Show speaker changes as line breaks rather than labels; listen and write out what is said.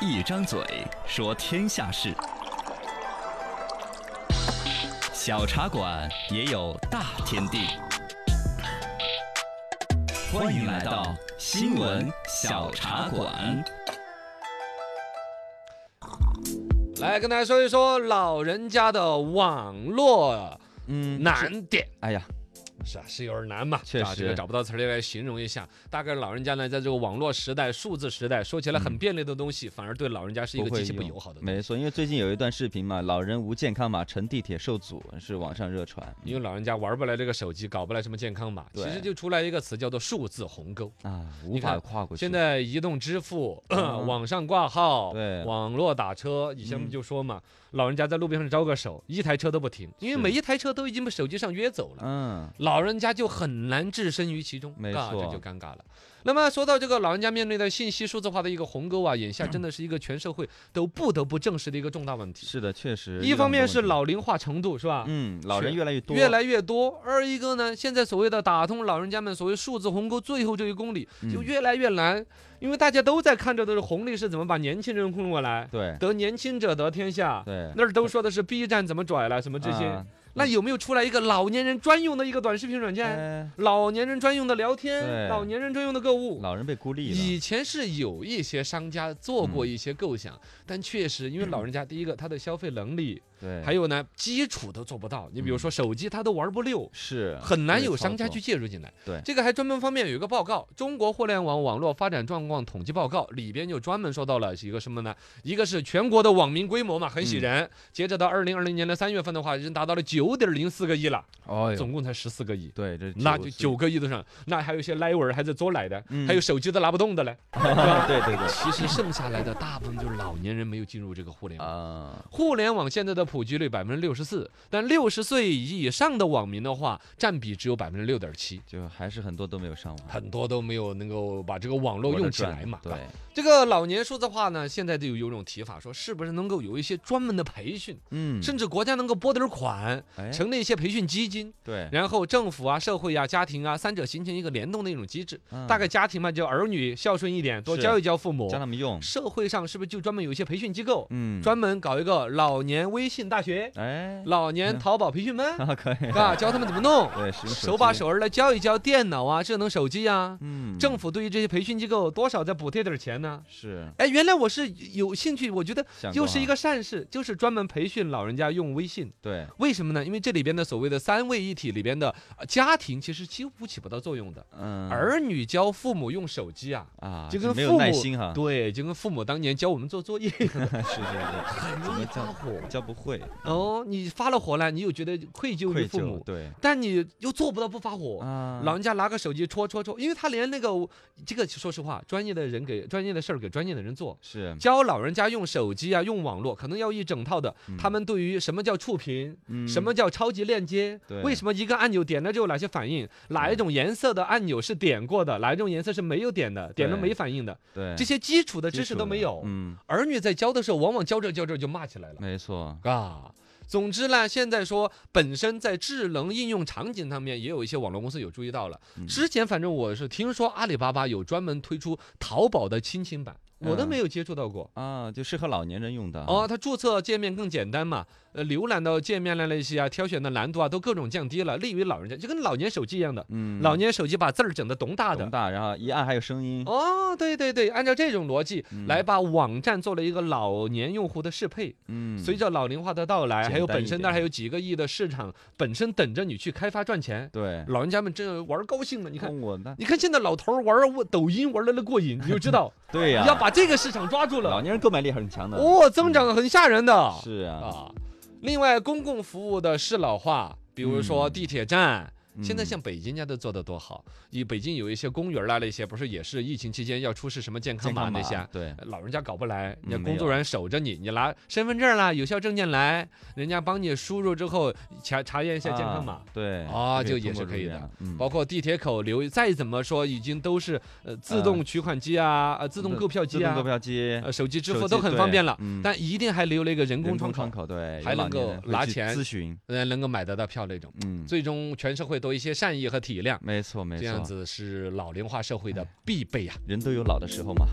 一张嘴说天下事，小茶馆也有大天地。欢迎来到新闻小茶馆。
来跟大家说一说老人家的网络
嗯，
难点，
哎呀，
是啊，是有点难嘛，
确
找这个
实
找不到词儿来形容一下。大概老人家呢，在这个网络时代、数字时代，说起来很便利的东西，反而对老人家是一
不
个
会
极其不
用
友好的东西。
没错，因为最近有一段视频嘛，老人无健康码乘地铁受阻，是网上热传。
因为老人家玩不来这个手机，搞不来什么健康码，其
对
实就出来一个词叫做数字鸿沟。
啊，无
你
法
看
跨过去。
现在移动支付、
啊
网上挂号、
对
网络打车，以前不
嗯
就说嘛，老人家在路边上招个手，一台车都不停，因为
是
每一台车都已经被手机上约走了。
嗯，
老人家就很难置身于其中，
没
啊这
错
就尴尬了。那么说到这个老人家面对的信息数字化的一个鸿沟啊，眼下真的是一个全社会都不得不正视的一个重大问题。
是的，确实。
一方面
遇
是
到很多问
老龄化程度，是吧
题，？嗯，老人
是
越来越多，
越来越多。二一个呢，现在所谓的打通老人家们所谓数字鸿沟最后这一公里
嗯
就越来越难，因为大家都在看着的是红利是怎么把年轻人混过来，
对
得年轻者得天下。
对，
那儿都说的是 B 站怎么拽了什么这些，
啊
那有没有出来一个老年人专用的一个短视频软件？
哎
老年人专用的聊天，
对
老年人专用的购物。
老人被孤立了，嗯
以前是有一些商家做过一些构想，但确实因为老人家，第一个他的消费能力，
对，
还有呢基础都做不到。你比如
嗯
说手机，他都玩不溜。
是
很难
这个
有
操
商家
作
去介入进来。
对
这个还专门方面有一个报告，《中国互联网网络发展状况统计报告》里边就专门说到了一个什么呢？一个是全国的网民规模嘛，很喜
嗯
人。接着到二零二零年的三月份的话，已经达到了九点零四个亿了，
哦哟，
总共才十四个亿。
对，这
那就
四
九个亿都上，那还有一些奶文儿还在做奶的，
嗯
还有手机都拿不动的嘞。
对对对
其实剩下来的大部分就是老年人没有进入这个互联网。
啊，
互联网现在的普及率百分之六十四，但六十岁以上的网民的话，占比只有百分之六点七，
就还是很多都没有上网，
很多都没有能够把这个网络
活
用
着
起
转
来嘛。啊
对，
这个老年数字化呢，现在就有一种提法，说是不是能够有一些专门的培训，
嗯，
甚至国家能够拨点儿款，
哎，
成立一些培训基金，
对，
然后政府啊、社会啊、家庭啊三者形成一个联动的一种机制。大
嗯
概家庭嘛，就儿女孝顺一点，多
是
教一教父母
教。他们用，
社会上是不是就专门有一些培训机构，
嗯，
专门搞一个老年微信大学、
哎，
老年淘宝培训班，
啊可以，
啊，教他们怎么弄，
对，使用
手把
机，
手儿来教一教电脑啊、智能手机啊。
嗯，
政府对于这些培训机构多少在补贴点儿钱呢？
是
哎，原来我是有兴趣，我觉得
想
又
过啊
是一
哈
个善事，就是专门培训老人家用微信。
对，
为什么呢？因为这里边的所谓的三位一体里边的呃家庭，其实几乎起不到作用的。
嗯，
儿女教父母用手机啊，
啊，
就
这
跟
没
父
有耐
母
心哈，
对，就跟父母当年教我们做作业一
是
样，
是是，
很容易
么
发
教
火。
教不会，
哦，你发了火了，你又觉得愧疚于
愧
父
疚，
母，
对
但你又做不到不发火。
啊，
老人家拿个手机戳戳戳，因为他连那个这个，说实话，专业的人给专业的事儿给专业的人做，
是
教老人家用手机啊，用网络，可能要一整套的。
嗯
他们对于什么叫触屏，什么叫超级链接，
对
为什么一个按钮点了之后哪些反应，哪一种颜色的按钮是点过的，哪一种颜色是没有点的，点了
对
没反应的，
对
这
些
些基础的知识都没有。
嗯，
儿女在教的时候，往往教着教着就骂起来了。
没错，
啊。总之呢，现在说本身在智能应用场景上面，也有一些网络公司有注意到了。
嗯
之前反正我是听说阿里巴巴有专门推出淘宝的亲情版，我都
嗯
没有接触到过。
啊，就适合老年人用的
哦，，它注册界面更简单嘛，呃，浏览到界面的那些啊，挑选的难度啊，都各种降低了，利于老人家，就跟老年手机一样的，
嗯，
老年手机把字儿整的懂大
懂
的。
大，然后一按还有声音，
哦，对对对，按照这种逻辑
嗯
来把网站做了一个老年用户的适配，
嗯，
随着老龄化的到来，
简
还有
单
本
一
身那
点
儿还有几个亿的市场，本身等着你去开发赚钱。
对，
老人家们真玩儿高兴了，你
你
看，
我呢，
你看现在老头儿玩儿抖音玩的那过瘾，你就知道
对呀，
要把这个市场抓住
老
了，
年人购买力很强的，
哦，增长很吓人的。
是啊，
啊，另外公共服务的适老化，比如说
嗯
地铁站。现在
嗯
像北京家都做得多好，以北京有一些公园儿啦啊那些，不是也是疫情期间要出示什么健康
健
码
康
那
码
些啊，
对，
老人家搞不来，
嗯
人家
没
工作
有
人员守着你，你拿身份证啦、有效证件来，人家帮你输入之后查查验一下健康码
啊。对，
啊
这个
就也
通过
是可以
入
的
院了，嗯，
包括地铁口留，再怎么说已经都是呃自动取款机啊、呃自动购票
自
机
动
啊
购、票机、
呃手机支付
手
都
机
很
对
方便了，
嗯
但一定还留了一个人
人
工
工
窗
窗
口，
口对，有
还
老年
能够
人会
拿
去
钱
咨询，
呃能够买得到票那种。
嗯，
最终全社会多一些善意和体谅，
没错没哎
这样
错，
子是老龄化社会的必备呀、啊
人都有老的时候嘛。